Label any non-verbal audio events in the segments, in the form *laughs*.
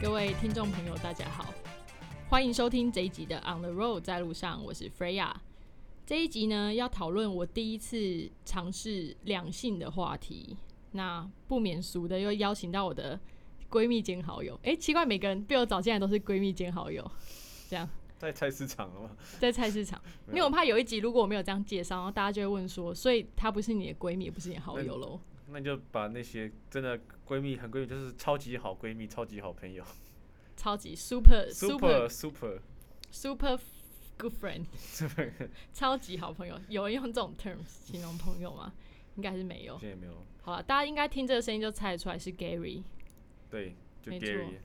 各位听众朋友，大家好，欢迎收听这一集的《On the Road 在路上》，我是 Freya。这一集呢，要讨论我第一次尝试两性的话题。那不免俗的，又邀请到我的闺蜜兼好友。诶，奇怪，每个人被我找进来都是闺蜜兼好友，这样 *laughs* 在菜市场 *laughs* 了吗？在菜市场，因为我怕有一集如果我没有这样介绍，然后大家就会问说，所以她不是你的闺蜜，也不是你的好友喽？那你就把那些真的闺蜜、很闺蜜，就是超级好闺蜜、超级好朋友超级呃 super ，super super super good friend， super，超级好朋友，有人用这种 terms 形容朋友吗？应该是没有现。在也没有好了，大家应该听这个声音就猜得出来是 Gary，对，就没错 Gary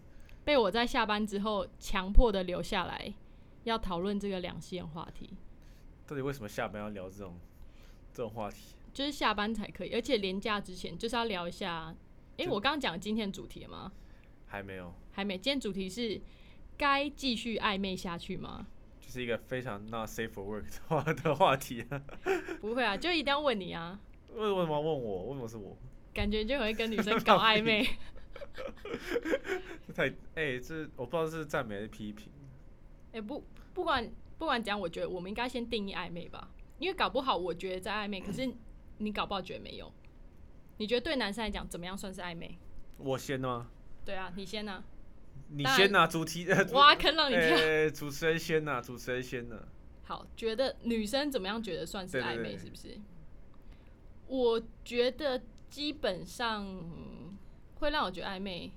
被我在下班之后强迫的留下来，要讨论这个两性话题，到底为什么下班要聊这种这种话题？就是下班才可以，而且连假之前就是要聊一下。诶，就我刚刚讲今天的主题了吗？还没有，还没，今天主题是该继续暧昧下去吗？就是一个非常 not safe for work 的话的话题 *laughs* 啊。不会啊，就一定要问你啊，为为什么要问我？为什么是我？感觉就很会跟女生搞暧昧。这太哎、这我不知道是赞美还是批评。哎、不，不管不管怎样，我觉得我们应该先定义暧昧吧，因为搞不好我觉得在暧昧，可是你搞不好觉得没有。你觉得对男生来讲，怎么样算是暧昧？我先吗？对啊，你先 *laughs* 呢、你当然先呐、主题呃，主挖坑让你跳。哎主持人先呐、主持人先啊呐、好，觉得女生怎么样觉得算是对对暧对昧，是不是？我觉得基本上、嗯会让我觉得暧昧，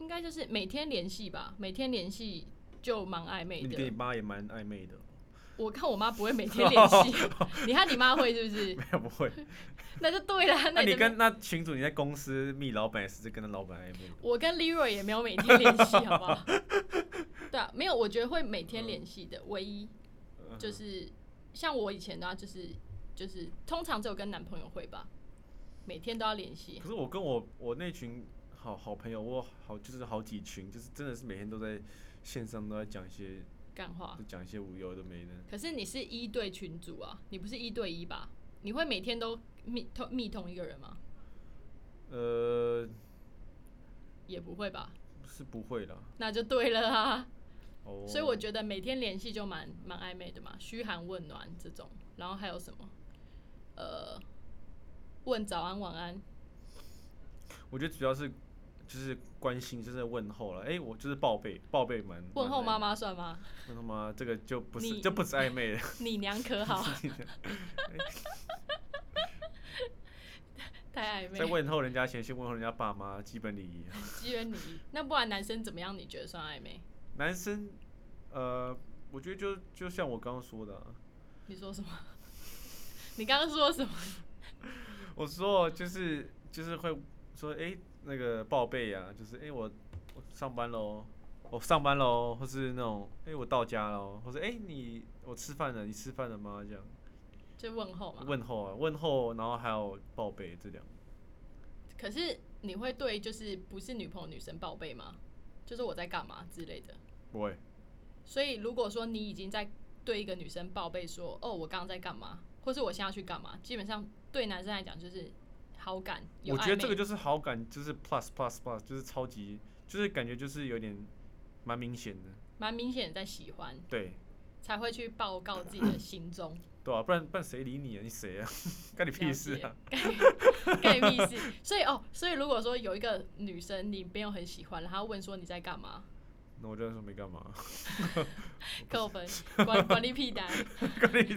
应该就是每天联系吧，每天联系就蛮暧昧你跟你的。妈也蛮暧昧的， *laughs* 我看我妈不会每天联系，你看你妈会是不是？没有不会。 *laughs* 那就对了，那那啊你真的跟那群主你在公司密老板也是跟那老板暧昧的，我跟 Leroy 也没有每天联系，好不 *laughs* 好？对啊，没有，我觉得会每天联系的，唯一嗯就是像我以前的话，就是就是通常只有跟男朋友会吧，每天都要联系。可是我跟我我那群好好朋友，我好就是好几群，就是真的是每天都在线上都在讲一些干话就。讲一些无忧的没的。可是你是一对群主啊，你不是一对一吧？你会每天都密同密同一个人吗？呃，也不会吧，是不会啦。那就对了啊。哦，所以我觉得每天联系就蛮蛮暧昧的嘛，嘘寒问暖这种，然后还有什么？呃，问早安晚安，我觉得主要是就是关心，就是问候了。哎、我就是报备，报备蛮问候妈妈，妈算吗？问候妈妈这个就不是你就不是暧昧了。你娘可 *laughs* 好？太暧昧，在问候人家前，先问候人家爸妈，基本礼仪。啊基于你。那不然男生怎么样？你觉得算暧昧？男生，呃，我觉得就就像我刚刚说的啊、你说什么？你刚刚说什么？我说哦就是就是会说，哎、那个报备啊，就是哎、诶我我上班喽，我上班喽，或是那种哎、诶我到家喽，或是哎、诶你我吃饭了，你吃饭了吗？这样就问候嘛。问候啊，问候，然后还有报备这两个，可是你会对就是不是女朋友女生报备吗？就是我在干嘛之类的。不会，所以如果说你已经在对一个女生报备说，哦，我刚刚在干嘛，或是我现在要去干嘛，基本上对男生来讲就是好感。有我觉得暧这个昧就是好感，就是 plus plus plus，就是超级，就是感觉就是有点蛮明显的，蛮明显的在喜欢，对。才会去报告自己的行踪。 *laughs* 对啊，不然不然谁理你啊？你谁啊？ *laughs* 干你屁事啊！ *laughs* *laughs* 干你屁事！所以哦，所以如果说有一个女生你没有很喜欢，然后问说你在干嘛，那我就说没干嘛，扣分，管管理屁蛋。干你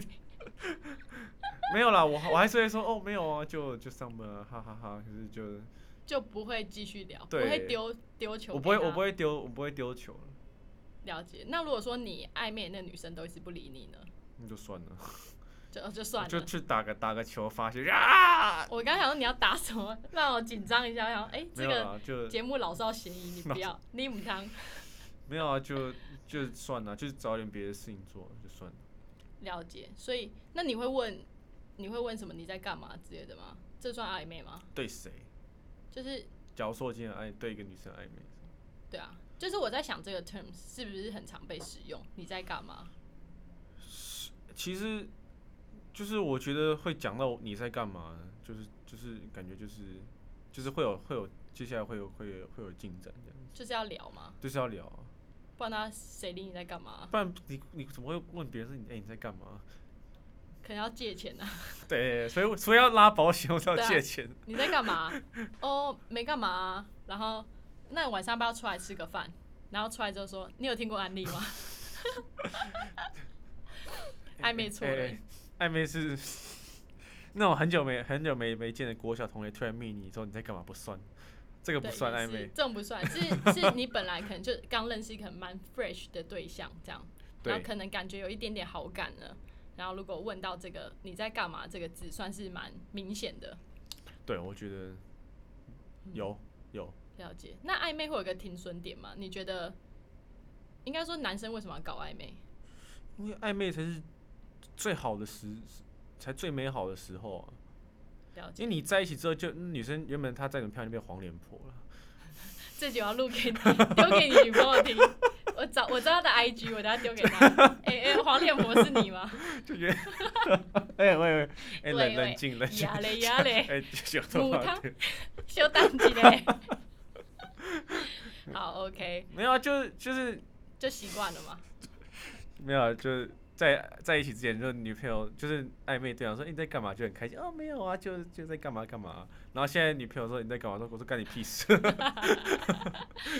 没有啦，我我还是会说哦，没有啊，就就上班啊，哈哈哈可是就 *laughs* 就不会继续聊，不对会丢丢球。我不会我不。会丢我不会丢球了，了解。那如果说你暧昧的那女生都一直不理你呢，那就算了，就哦就算就了。去打个打个球，发泄啊，我刚想说你要打什么，让我紧张一下。我想，哎、这没有啊个啦，就节目老少咸宜，你不要，你母汤。没有啊，就就算了，就找点别的事情做就算了。了解。所以，那你会问，你会问什么？你在干嘛之类的吗？这算暧昧吗？对谁？就是，假如说我今天爱对一个女生暧昧，对啊，就是我在想这个 term 是不是很常被使用？你在干嘛？其实就是我觉得会讲到你在干嘛，就是就是感觉就是就是会有会有接下来会有会有会有进展这样，就是要聊嘛，就是要聊啊、不然他谁理你在干嘛？不然你你怎么会问别人说你哎、你在干嘛？ *laughs* 可能要借钱啊，对，所以我所以要拉保险，我是要对啊借钱。你在干 *laughs* 嘛？哦，没干嘛啊、然后那晚上要不要出来吃个饭？然后出来之后说，你有听过安利吗？啊暧昧错了哎，暧昧是 *laughs* 那种很久没很久没没见的国小同学突然密你说你在干嘛不算，这个不对算也暧是昧。这种不算，是是你本来可能就刚认识一个蛮 fresh 的对象这样，然后对可能感觉有一点点好感了，然后如果问到这个你在干嘛这个字，算是蛮明显的嗯对，我觉得有有，了解。那暧昧会有一个停损点吗？你觉得？应该说男生为什么要搞暧昧？因为暧昧才是最好的时，才最美好的时候啊。了解，因为你在一起之后就，女生原本她再怎么漂亮就变黄脸婆 *laughs* 了。这集我要录给你， *laughs* 丢给你女朋友听。我找我知道她的 IG，我等下丢给她。哎哎、黄脸婆是你吗？ *laughs* 就觉得， *laughs* 哎喂喂，喂哎喂冷冷静冷静，呀嘞呀嘞。 *laughs* 哎就母就 *laughs* 汤小蛋鸡嘞。 *laughs* 好，OK，没有啊，就是就是就习惯了嘛。没有啊，就是在在一起之前，就是女朋友就是暧昧对象说、欸、你在干嘛，就很开心哦，没有啊，就就在干嘛干嘛啊、然后现在女朋友说你在干嘛，说我说干你屁事，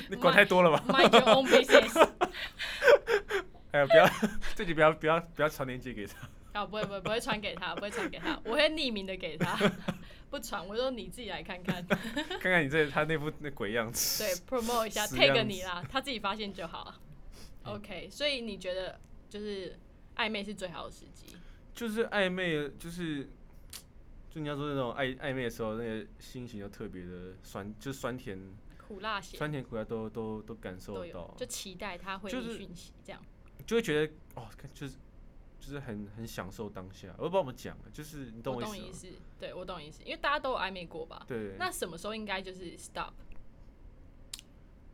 你管太多了吧？ Mind your own business。哎呀，不要自己不要不要不要传链接给他。好，哦不会不会不会传给他，不会传给他，我会匿名的给他， *laughs* 不传。我说你自己来看看，看看你这他那副那鬼样子。对，promote 一下死样子嗯，tag 你啦，他自己发现就好。OK，所以你觉得就是暧昧是最好的时机？就是暧昧，就是就人家说那种暧暧昧的时候，那个心情就特别的酸，就是酸甜苦辣咸酸甜苦辣都都都感受都得到有，，就期待他回就是你讯息这样。就会觉得哦，看就是就是很很享受当下。我不知道怎么讲，就是你懂我我懂意意思吗？思，对我懂意思，因为大家都有暧昧过吧？对，那什么时候应该就是 stop？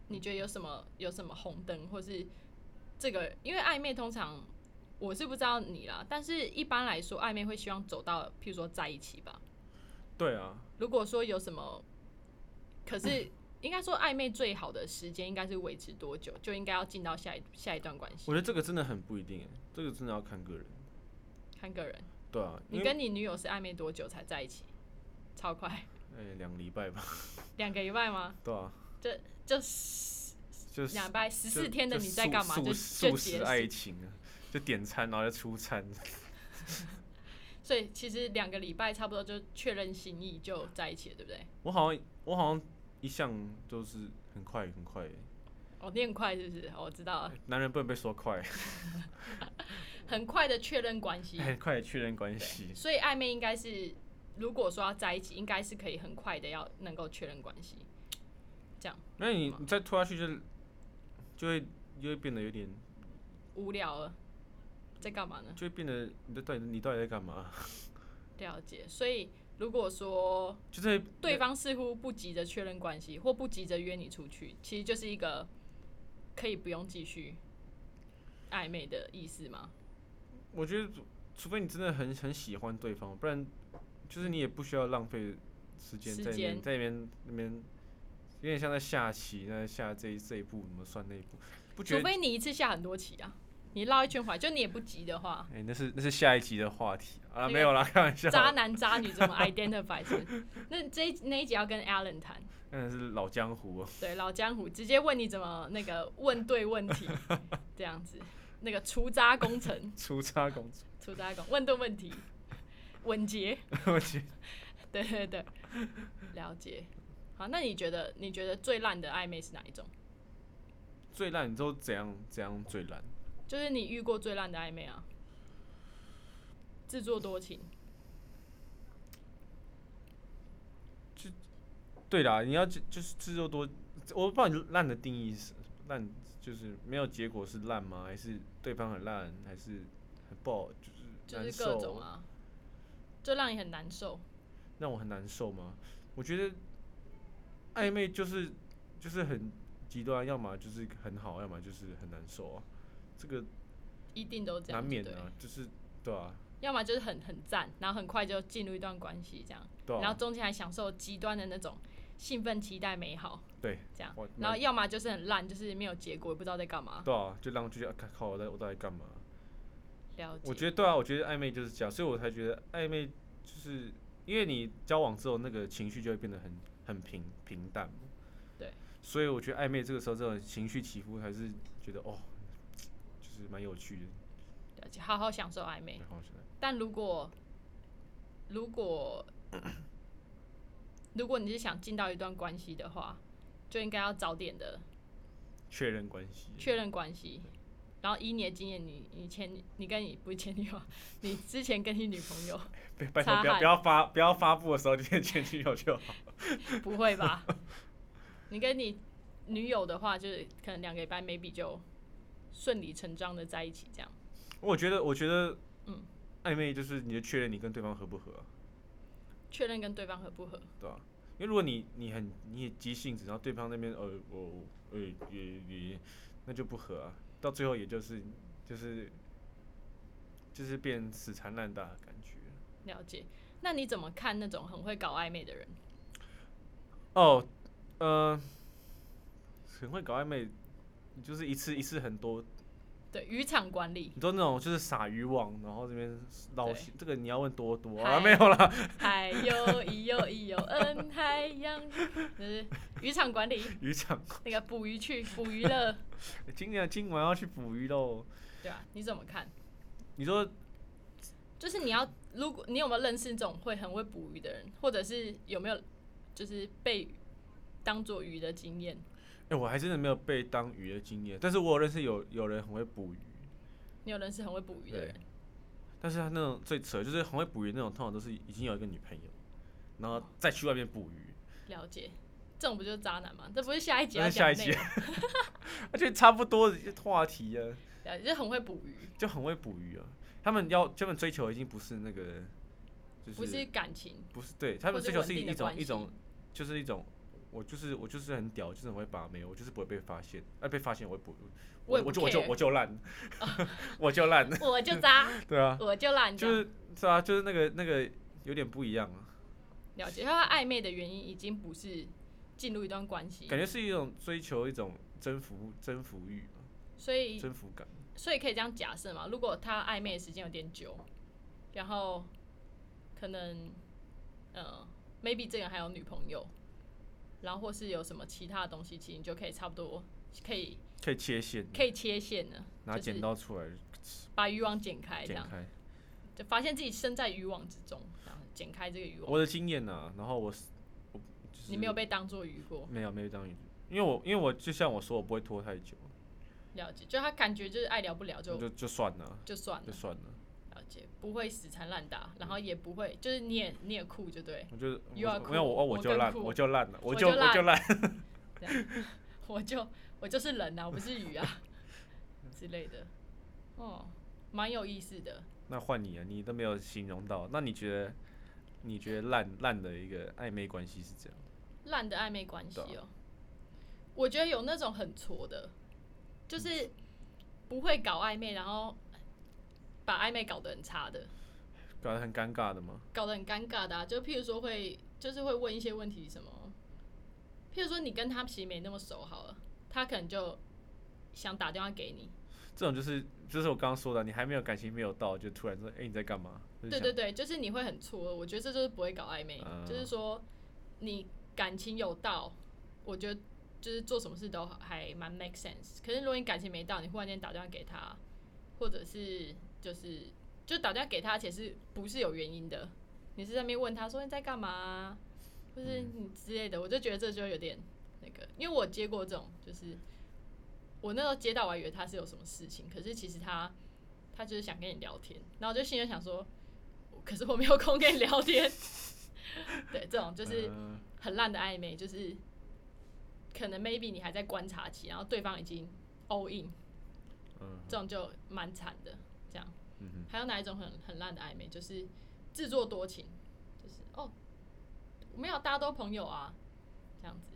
你觉得有什么有什么红灯，或是这个？因为暧昧通常我是不知道你啦，但是一般来说，暧昧会希望走到譬如说在一起吧。对啊，如果说有什么，可 *laughs* 是应该说暧昧最好的时间应该是维持多久，就应该要进到下一下一段关系我。觉得这个真的很不一定欸，这个真的要看个人。看个人，对啊，因你为跟你女友是暧昧多久才在一起？超快，哎两个礼拜吧，两个礼拜吗？对啊，就是就是两个礼拜十四天的就你在干嘛？素就素就素结食束。爱情啊，就点餐然后再出餐，所以其实两个礼拜差不多就确认心意就在一起了，对不对？我好像我好像一向都是很快很快欸，哦，你很快是不是？哦我知道了，男人不能被说快，很快的确认关系。 *laughs* 很快地确认关系。所以暧昧应该是，如果说要在一起，应该是可以很快的要能够确认关系。这样那你你再拖下去就就会就会变得有点，无聊了，在干嘛呢？就会变得你在到底你到底在干嘛？了解。所以如果说就是对方似乎不急着确认关系，或不急着约你出去，其实就是一个可以不用继续暧昧的意思吗？我觉得，除非你真的很很喜欢对方，不然就是你也不需要浪费时间时在那间边在那边那边，有点像在下棋，那下这一这一步，怎么算那一步？不觉除得？非你一次下很多棋啊，你绕一圈回来，就你也不急的 *laughs* 话，哎、那是那是下一集的话题啊，那个没有啦，开玩笑。渣男渣女怎么 identify 是不是？那这一那一集要跟 Alan 谈，那是老江湖 *laughs* 哦，对老江湖，直接问你怎么那个问对问 *laughs* 题，这样子，那个除渣工程，出差公主。除渣工问对问题，稳捷，我觉得对对对，了解。好，那你觉得你觉得最烂的暧昧是哪一种？最烂，你都怎样怎样最烂？就是你遇过最烂的暧昧啊？自作多情，对啦，你要就就是自作多，我不知道你烂的定义是烂，就是没有结果是烂吗？还是对方很烂，还是很不好，就是就难是受？各种啊，就让你很难受。让我很难受吗？我觉得暧昧就是就是很极端，要么就是很好，要么就是很难受啊。这个一定都这样，难免对不对啊，就是对啊，要么就是很很赞，然后很快就进入一段关系这样，对然后啊，中间还享受极端的那种兴奋、期待、美好对，这样，我然后蛮要么就是很烂，就是没有结果，也不知道在干嘛。对啊，就让就要看靠我在我到底干嘛？了解，我觉得对啊，我觉得暧昧就是这样，所以我才觉得暧昧就是因为你交往之后，那个情绪就会变得很很平平淡嘛。对。所以我觉得暧昧这个时候这种情绪起伏，还是觉得哦，就是蛮有趣的，了解，好好享受暧昧。蛮好笑的。但如果如果 *coughs* 如果你是想进到一段关系的话，就应该要早点的确认关系，确认关系。然后以你的经验，你你前你跟你不是前女友， *laughs* 你之前跟你女朋友拜拜托擦汗不要不要发不要发布的时候就变前女友就嗯好。 *laughs* 不会吧？你跟你女友的话，就是可能两个礼拜 maybe 就顺理成章的在一起这样。我觉得我觉得嗯，暧昧就是你就确认你跟对方合不合啊、确认跟对方合不合，对吧、啊因为如果你你很你也急性子，然后对方那边呃我呃也也那就不合啊，到最后也就是就是就是变死缠烂打的感觉。了解。那你怎么看那种很会搞暧昧的人？哦，呃，很会搞暧昧，就是一次一次很多，对，渔场管 *laughs* 理。你说那种就是撒渔网，然后这边捞对线，这个你要问多多嗨啊， *laughs* 没有啦，海有一有一有恩，海洋就是渔场管理渔场，那个捕鱼去捕鱼乐，今年今晚要去捕鱼喽。对啊，你怎么看？你说就是你要，如果你有没有认识这种会很会捕鱼的人，或者是有没有就是被当做鱼的经验？哎、我还真的没有被当鱼的经验，但是我有认识有有人很会捕鱼，你有认识很会捕鱼的人？但是他那种最扯，就是很会捕鱼那种，通常都是已经有一个女朋友，然后再去外面捕鱼，了解，这种不就是渣男吗？这不是下一集那要是下讲一的内集容， *laughs* 而且差不多的话题啊，了解就是很会捕鱼，就很会捕鱼啊。他们要他们追求已经不是那个，就不是是感情，不是对他或们是追求稳是定的一种关一种系就是一种，我就是我就是很屌，就是很会把妹，我就是不会被发现，哎、被发现我会捕，我我也不我就我就 care 我就烂， *laughs* 我就烂，我就渣，对 *laughs* 啊，我就烂，就是是啊，就是那个那个有点不一样啊，了解。他暧昧的原因已经不是进入一段关系，感觉是一种追求一种征服征服欲吧，所以征服感。所以可以这样假设嘛，如果他暧昧的时间有点久，然后可能呃，maybe 这个人还有女朋友，然后或是有什么其他的东西，其实你就可以差不多可以可以切线，可以切线了，拿就剪是刀出来把渔网剪开，这剪样开。就发现自己身在渔网之中，然后剪开这个渔网。我的经验啊，然后我是我就是你没有被当做鱼过，没有没有当鱼，因为我因为我就像我说，我不会拖太久，了解？就他感觉就是爱聊不聊就就就算了，就算就了，算了。了解？不会死缠烂打，然后也不会就是你也你也酷就对， *laughs* 我就 You are 我没有 cool，哦我我我就更烂， cool 我就烂了，我我就就我就烂。我就我就是人啊，我不是鱼 *laughs* 啊之类的。哦，蛮有意思的。那换你啊，你都没有形容到，那你觉得你觉得烂烂的一个暧昧关系是这样？烂的暧昧关系对哦，我觉得有那种很挫的，就是不会搞暧昧，然后把暧昧搞得很差的，搞得很尴尬的吗？搞得很尴尬的、啊。就譬如说会，就是会问一些问题，什么，譬如说你跟他其实没那么熟好了，他可能就想打电话给你，这种就是就是我刚刚说的，你还没有感情没有到，就突然说，哎、你在干嘛？就是对想对对，就是你会很错愕，我觉得这就是不会搞暧昧，啊就是说你感情有到，我觉得就是做什么事都还蛮 make sense。可是如果你感情没到，你忽然间打电话给他，或者是就是就打电话给他，而且是不是有原因的？你是在那边问他说你在干嘛啊，或是你之类的，我就觉得这就有点那个，因为我接过这种，就是我那时候接到，我还以为他是有什么事情，可是其实他他就是想跟你聊天，然后我就心里想说，可是我没有空跟你聊天。 *laughs* 对，这种就是嗯很烂的暧昧，就是可能 maybe 你还在观察期，然后对方已经 all in，嗯这种就蛮惨的。这样，嗯哼还有哪一种很很烂的暧昧？就是自作多情，就是哦，没有，大家都朋友啊，这样子。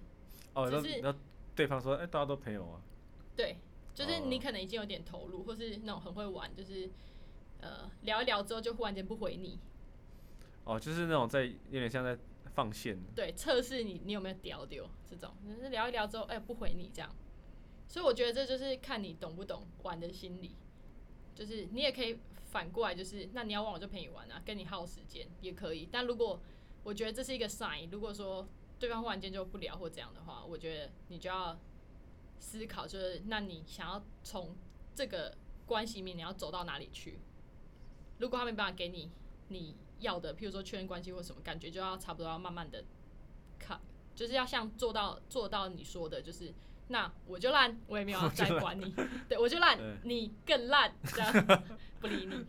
哦，就那是那对方说，哎、大家都朋友啊，对，就是你哦可能已经有点投入，或是那种很会玩，就是呃聊一聊之后就忽然间不回你，哦，就是那种在有点像在放线，对，测试你你有没有屌丢这种，就是聊一聊之后哎、不回你这样，所以我觉得这就是看你懂不懂玩的心理，就是你也可以反过来就是那你要玩我就陪你玩啊，跟你耗时间也可以，但如果我觉得这是一个 sign，如果说对方忽然间就不聊或这样的话，我觉得你就要思考就是那你想要从这个关系里面你要走到哪里去，如果他没办法给你你要的，譬如说确认关系或什么，感觉就要差不多要慢慢的看，就是要像做到做到你说的，就是那我就烂，我也没有啊要再管你， *laughs* 对我就烂对，你更烂，这样不理你。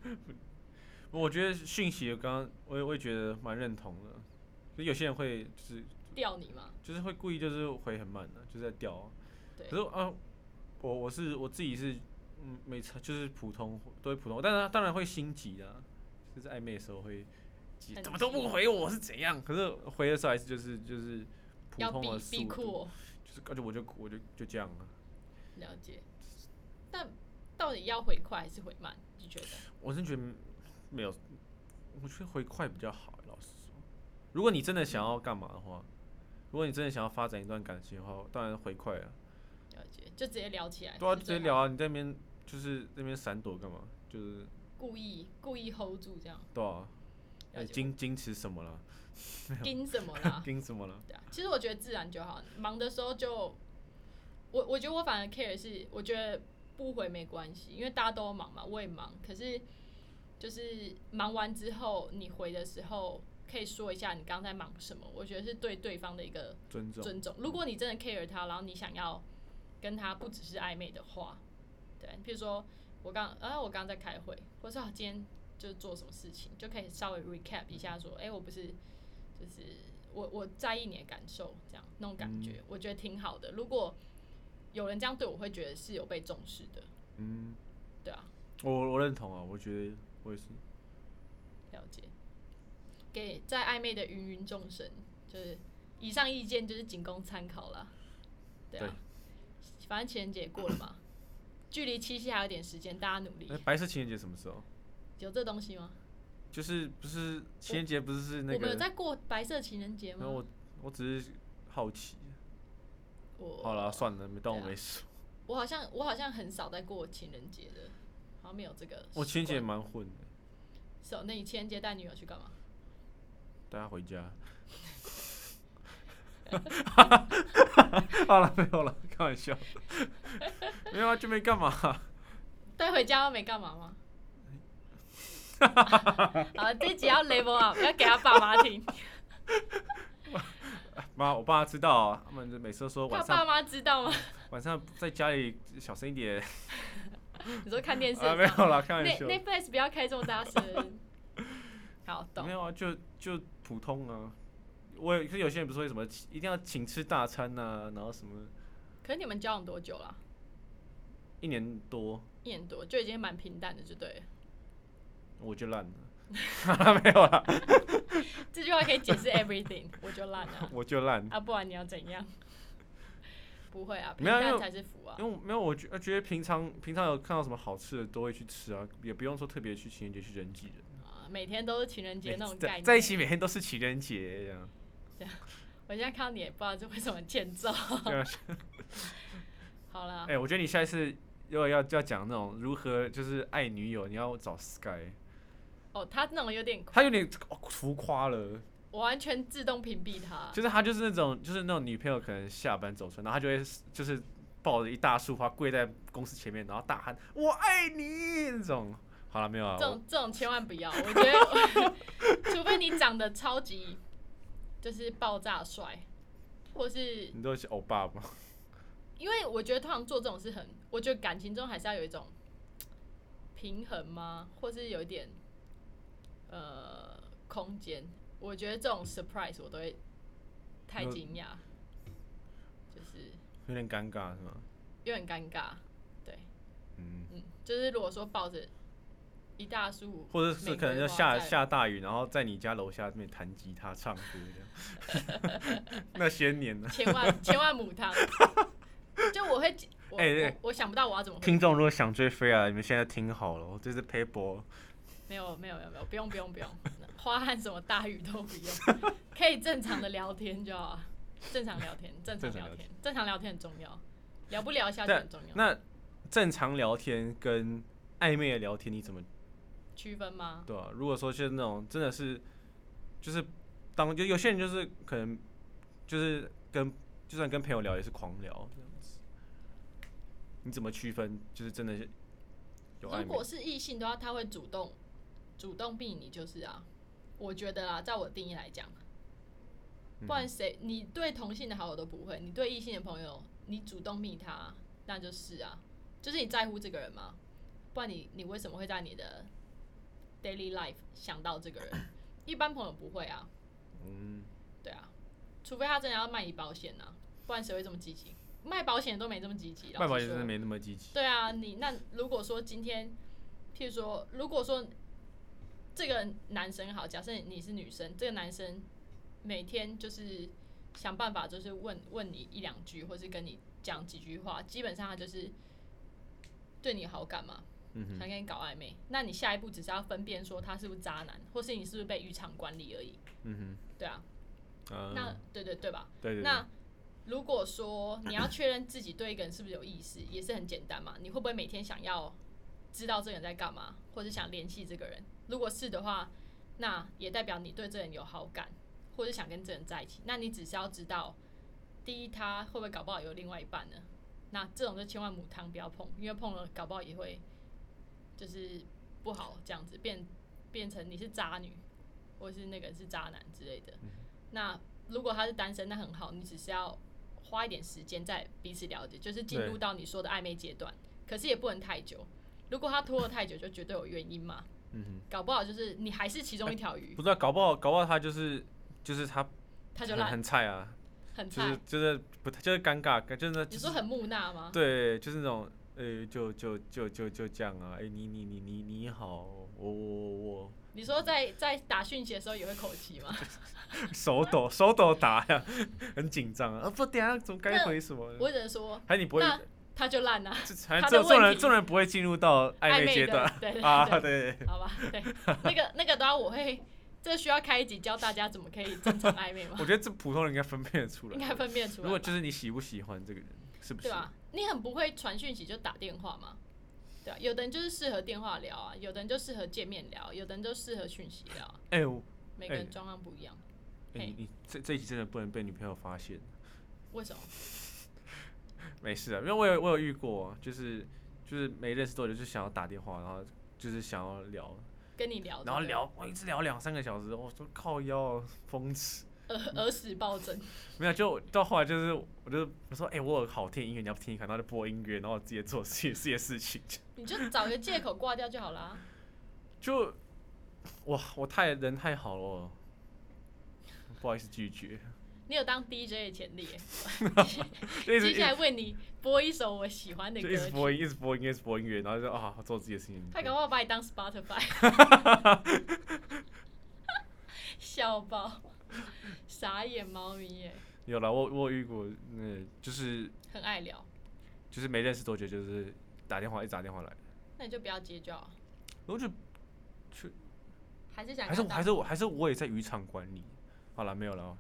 我觉得讯息我刚刚我也我也觉得蛮认同的，就有些人会就是吊你嘛，就是会故意就是回很慢的、就是在掉啊、对可是啊，我我是我自己是嗯每次就是普通都会普通，但是当然会心急的、啊，就是暧昧的时候会急，很怎么都急不回我是怎样？可是回的时候还是就是就是普要通避的避速酷度，哦、就是而且我就我就就这样啊。了解。但到底要回快还是回慢？你觉得？我真觉得没有，我觉得回快比较好。欸老实说，如果你真的想要干嘛的话，如果你真的想要发展一段感情的话，当然回快啊。了解，就直接聊起来。对啊，是直接最聊好，啊！你在那边就是那边闪躲干嘛？就是故意故意 hold 住这样，对啊，了哎，解矜矜持什么了？盯什么啦？ *laughs* 矜什么了？对啊，其实我觉得自然就好。忙的时候就，我我觉得我反而 care 是，我觉得不回没关系，因为大家都忙嘛，我也忙。可是就是忙完之后，你回的时候可以说一下你刚才忙什么，我觉得是对对方的一个尊重。尊重。如果你真的 care 他，然后你想要跟他不只是暧昧的话，对，譬如说我刚啊，我刚在开会，或是、啊、今天就是做什么事情，就可以稍微 recap 一下，嗯说，哎、我不是就是我我在意你的感受，这样那种感觉，嗯我觉得挺好的。如果有人这样对我，会觉得是有被重视的，嗯，对啊，我我认同啊，我觉得我也是。了解。给在暧昧的芸芸众生，就是以上意见就是仅供参考啦。对啊，反正情人节过了 *coughs* 嘛，距离七夕还有点时间，大家努力哎，。白色情人节什么时候？有这东西吗？就是不是情人节不是是那我们有个？哦在过白色情人节然后吗？我我只是好奇。我好了，算了，没当我对啊没说。我好像我好像很少在过情人节的，好像没有这个习惯。我情人节也蛮混的，是哦，那你情人节带女友去干嘛？带她回 *laughs* 家。好了，没有了，开玩笑。没有啊，就没干嘛。带回家又没干嘛 *laughs* 吗？好，这集要 level up，要给他爸妈听，妈，我爸知道啊，他们就每次都说 *laughs* 晚他爸上妈知道吗？晚上在家里小声一点。你说看电视啊，没有啦，开玩那笑。那 face 不要开这么大 *laughs* 声。好，懂没。有啊，就就普通啊。我也可是有些人不是会什么一定要请吃大餐呐、然后什么可是你们交往多久了？一年多一年多就已经蛮平淡的，就对了。我就烂了， *laughs* 哈哈没有啦，这句话可以 *laughs* 解释 everything，我就烂了我就烂， *laughs* 啊，不然你要怎样？不会啊，平没有因为淡才是福啊。因为我没有我觉我觉得平常平常有看到什么好吃的都会去吃啊，也不用说特别去情人节去人挤人，啊每天都是情人节那种每概在念，在一起每天都是情人节这样，我现在看到你也不知道这为什么欠揍。对啊， *laughs* 好了哎、，我觉得你下一次如果要要讲那种如何就是爱女友，你要找 Sky，哦，他那种有点，他有点哦浮夸了。我完全自动屏蔽他。就是他就是那种就是那种女朋友可能下班走出来，然后他就会就是抱着一大束花跪在公司前面，然后大喊“我爱你”那种。好了，没有啊，这我种这种千万不要，我觉得， *laughs* 除非你长得超级就是爆炸帅，或是你都是欧巴吗？因为我觉得通常做这种事很，我觉得感情中还是要有一种平衡吗，或是有一点呃空间。我觉得这种 surprise 我都会太惊讶，就是有点尴尬是吗？有点尴尬。对，嗯，嗯，就是如果说抱着一大束，或者是可能就玫下瑰花在下大雨，然后在你家楼下面弹吉他唱歌这样。那些年 *laughs* 呢？千万千万母汤，就我会我、 *laughs* 哎对我我想不到我要怎么回听众如果想追飞啊，你们现在听好了，我这是 paper，没有没有没有没有，不用不用不 *laughs* 用，花和什么大雨都不用， *laughs* 可以正常的聊天就好，啊正常聊天，正常正常聊聊天，正常聊天很重要，聊不聊一下就但很重要，那正常聊天跟暧昧的聊天，你怎么区分吗？对啊？如果说是那种真的是，就是当就有些人就是可能就是跟就算跟朋友聊也是狂聊这样子，你怎么区分？就是真的是有暧如昧果？是异性的话，他会主动主动避你，就是啊，我觉得啦，啊在我定义来讲，嗯不然谁你对同性的好友都不会，你对异性的朋友，你主动密他，那就是啊，就是你在乎这个人吗？不然你你为什么会在你的 daily life 想到这个人？一般朋友不会啊，嗯，对啊，除非他真的要卖你保险啊，不然谁会这么积极？卖保险都没这么积极，外表老也实真说的没那么积极。对啊，你那如果说今天，譬如说，如果说这个男生好，假设你是女生，这个男生每天就是想办法，就是问问你一两句，或是跟你讲几句话，基本上他就是对你有好感嘛，嗯哼，想跟你搞暧昧。那你下一步只是要分辨说他是不是渣男，或是你是不是被渔场管理而已。嗯对啊，哼，啊，那对对对吧？对对对，那如果说你要确认自己对一个人是不是有意思，也是很简单嘛。你会不会每天想要知道这个人在干嘛，或者想联系这个人？如果是的话，那也代表你对这个人有好感，或者想跟这个人在一起。那你只是要知道，第一他会不会搞不好有另外一半呢？那这种就千万母汤不要碰，因为碰了搞不好也会就是不好这样子变变成你是渣女，或是那个人是渣男之类嗯的。那如果他是单身，那很好，你只是要花一点时间在彼此了解，就是进入对到你说的暧昧阶段，可是也不能太久。如果他拖了太久，就绝对有原因嘛。嗯哼，搞不好就是你还是其中一条 *laughs* 鱼，不知道搞不好搞不好他就是就是他他就很烂，很菜啊，很就菜是。就是不太就是尴尬，就是那你就是说很木讷吗？对，就是那种呃，就就就就就这样啊，哎、你你你你你好，我我 *laughs* 我你说在在打讯息的时候也会口气吗？我手抖手抖打呀、很紧张啊，啊不，等一下怎么该那回什么？我只能说还你不会，那他就烂啊，这还他这的这种问人题这种人不会进入到暧暧昧阶的段 *laughs* 对对啊，对对， *laughs* 对好吧，对，那个那个的话，我会这需要开一集教大家怎么可以正常暧昧吗我？觉得这普通人应该分辨得出应来。该分辨出如来果吧，就是你喜不喜欢这个人，是不是？对吧？你很不会传讯息就打电话嘛，对啊，有的人就是适合电话聊啊，有的人就适合见面聊，有的人就适合讯息聊啊，哎、我每个哎人状况不一样，哎、嘿你你这这一集真的不能被女朋友发现。为什么？没事啊，因为我有我有遇过，啊就是就是没认识多久就想要打电话，然后就是想要聊，跟你聊，然后哦对不对聊我一直聊两三个小时，我说靠腰啊疯子，耳耳屎暴增，没有就到后来就是我就我说哎、我有好听的音乐你要不听一看，然后就播音乐，然后直接做自己自己的事情， *laughs* 你就找个借口挂掉就好啦。就哇我太人太好了，哦不好意思拒绝，你有当 DJ 的潜力耶， *laughs* *laughs* 就一直接下一直来为你播一首我喜欢的就一直歌播曲。音一直播音一直播音乐，然后就啊做自己的事情，他搞不好把你当 *laughs* Spotify，笑爆，傻眼猫咪耶，有了我我有遇过，嗯就是很爱聊，就是没认识多久就是打电话一直打电话来。那你就不要接就好，我就还是想还是看到还是我还是我也在渔场管理。好了，没有了哦，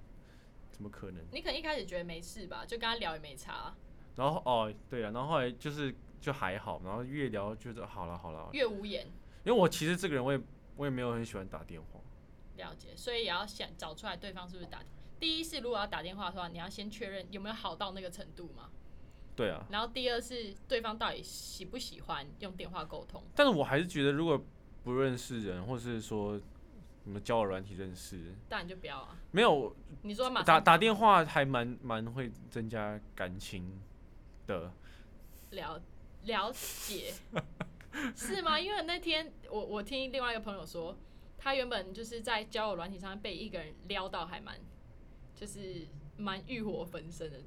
怎么可能？你可能一开始觉得没事吧，就跟他聊也没差啊，然后哦，对了，然后后来就是就还好，然后越聊觉得好了好了，越无言因为我其实这个人我也我也没有很喜欢打电话，了解，所以也要想找出来对方是不是打。第一是如果要打电话的话，你要先确认有没有好到那个程度嘛，对啊，然后第二是对方到底喜不喜欢用电话沟通，但是我还是觉得如果不认识人，或是说什么交友软体认识，当然就不要啊。没有你说马打上打电话还蛮蛮会增加感情的，了了 *laughs* 解是吗？因为那天我我听另外一个朋友说，他原本就是在交友软体上被一个人撩到，还蛮就是蛮欲火焚身的。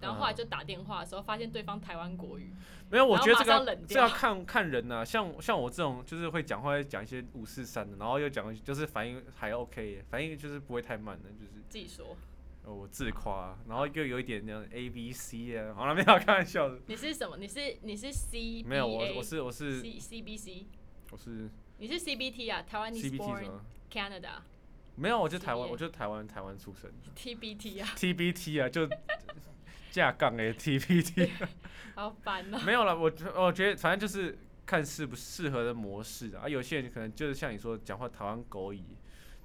然后后来就打电话的时候，发现对方台湾国语，没有，嗯我然后觉得这个马上要冷这要掉看看人呐、像像我这种就是会讲话，会讲一些五四三的，然后又讲就是反应还 OK，反应就是不会太慢的，就是自己说呃我自夸，然后又有一点那种 A B C 啊，好了没有开玩笑的，你是什么？你是你是 C 没有我我是我是 C C B C 我是你是 CBT 啊，台湾 is CBT 什 born 么？ Canada 没有，我就台湾，企业我就台湾台湾出生 TBT 啊， ，TBT 啊，就架杠哎，TBT 好烦 *laughs* 哦、没有了。我我觉得反正就是看适不适合的模式啊。啊有些人可能就是像你说讲话台湾狗语，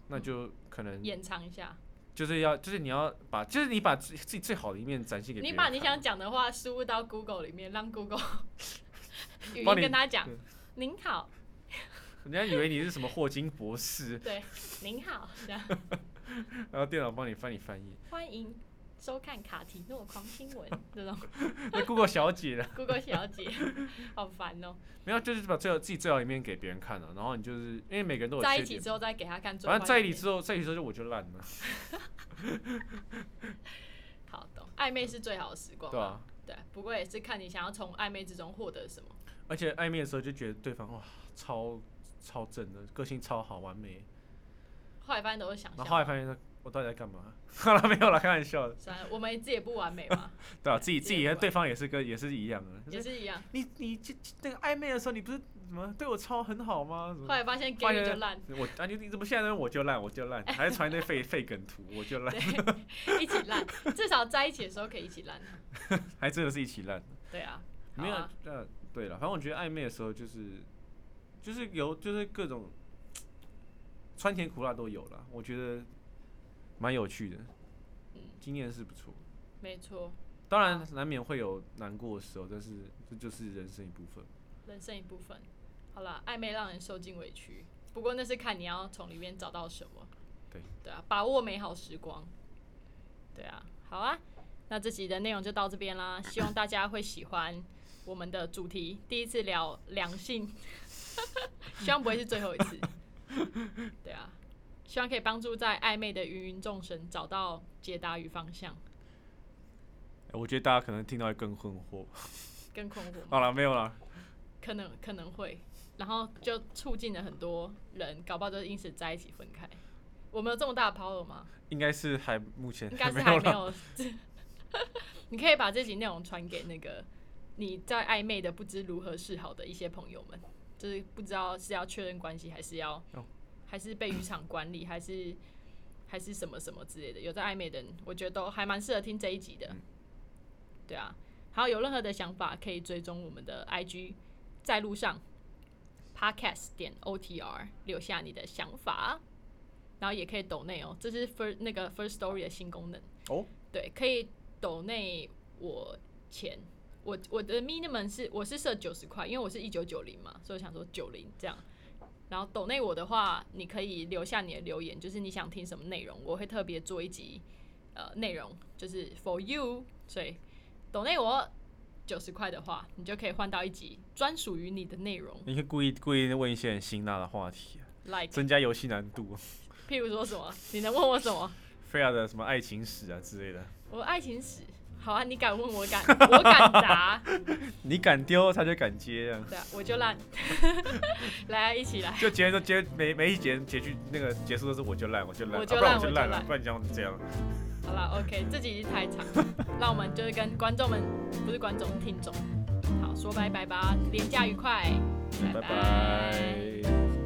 那就可能掩藏一下，就是要就是你要把就是你把自己自己最好的一面展现给别你人把看你想讲的话输入到 Google 里面，让 Google *laughs* 语音帮你跟他讲对：“您好，人家以为你是什么霍金博士， *laughs* 对，您好，这样然后电脑帮你翻译翻译。欢迎收看卡提诺狂新闻。”这 *laughs* 种那 Google 小姐呢？ Google 小姐，好烦哦、 *laughs* 没有，就是把最好自己最好的一面给别人看了、然后你就是因为每个人都有在缺一起点，之后再给他看最坏的反面，正在一起之后，在一起之后就我就烂了，好懂，暧昧是最好的时光、对啊。对，不过也是看你想要从暧昧之中获得什么。而且暧昧的时候就觉得对方哇超超正的，个性超好，完美。后来发现都是想然后后象，来发现他我到底在干嘛？ *laughs* 好了，没有了，开玩笑的。算了，我们自己也不完美 *laughs* 嘛，对啊，自己自自己己也和不对方也是跟也是一样的。也是一样。你你这这那个暧昧的时候，你不是怎么对我超很好吗？什后么来发现 gay 嗯发现就烂，我啊你你怎么现在我就烂我就烂，还传一堆废废梗图我就烂，对，一起烂，至少在一起的时候可以一起烂。啊还真的是一起烂。对啊，好没有啊，，呃，对了，反正我觉得暧昧的时候就是，就是有，就是各种酸甜苦辣都有了，我觉得蛮有趣的，嗯经验是不错。没错，当啊然难免会有难过的时候，但是这就是人生一部分。人生一部分。好啦，暧昧让人受尽委屈，不过那是看你要从里面找到什么。对，对啊，把握美好时光。对啊，好啊，那这集的内容就到这边啦，希望大家会喜欢我们的主题。第一次聊两性， *laughs* 希望不会是最后一次。对啊，希望可以帮助在暧昧的芸芸众生找到解答与方向，哎我觉得大家可能听到会更困惑。嗯更困惑吗好了，没有了，可能可能会，然后就促进了很多人，搞不好就因此在一起分开。我们有这么大的 power 吗？应该是还目前应该是没还有哦没了。有。 *laughs* 你可以把这集内容传给那个你在暧昧的不知如何是好的一些朋友们，就是不知道是要确认关系，还是要、哦还是被渔场管理，还是还是什么什么之类的。有在暧昧的人，我觉得都还蛮适合听这一集嗯的。对啊，好，有任何的想法可以追踪我们的 IG，在路上 podcast 点 OTR 留下你的想法，然后也可以抖内哦，这是 first 那个 first story 的新功能。哦，对，可以抖内我钱。我我的 minimum 是我是设九十块，因为我是一九九零嘛，所以我想说九零这样。然后抖内我的话，你可以留下你的留言，就是你想听什么内容，我会特别做一集呃内容，就是 for you。所以抖内我九十块的话，你就可以换到一集专属于你的内容你可以故意故意问一些很辛辣的话题，啊，like 增加游戏难度。 *laughs* 譬如说什么，你能问我什么？菲亚的什么爱情史啊之类的，我的爱情史。好啊，你敢问我敢，我敢答。你敢丢他就敢接啊。对啊，我就烂。 *laughs* 来啊，一起来。就结束结每每一节结局那个结束都是我就烂我就烂，我啊就不然烂我就我就烂了，烂不然你这样这样。好了，OK，这集太长， *laughs* 那我们就是跟观众们，不是观众，嗯听众，好说拜拜吧，廉价愉快，拜拜。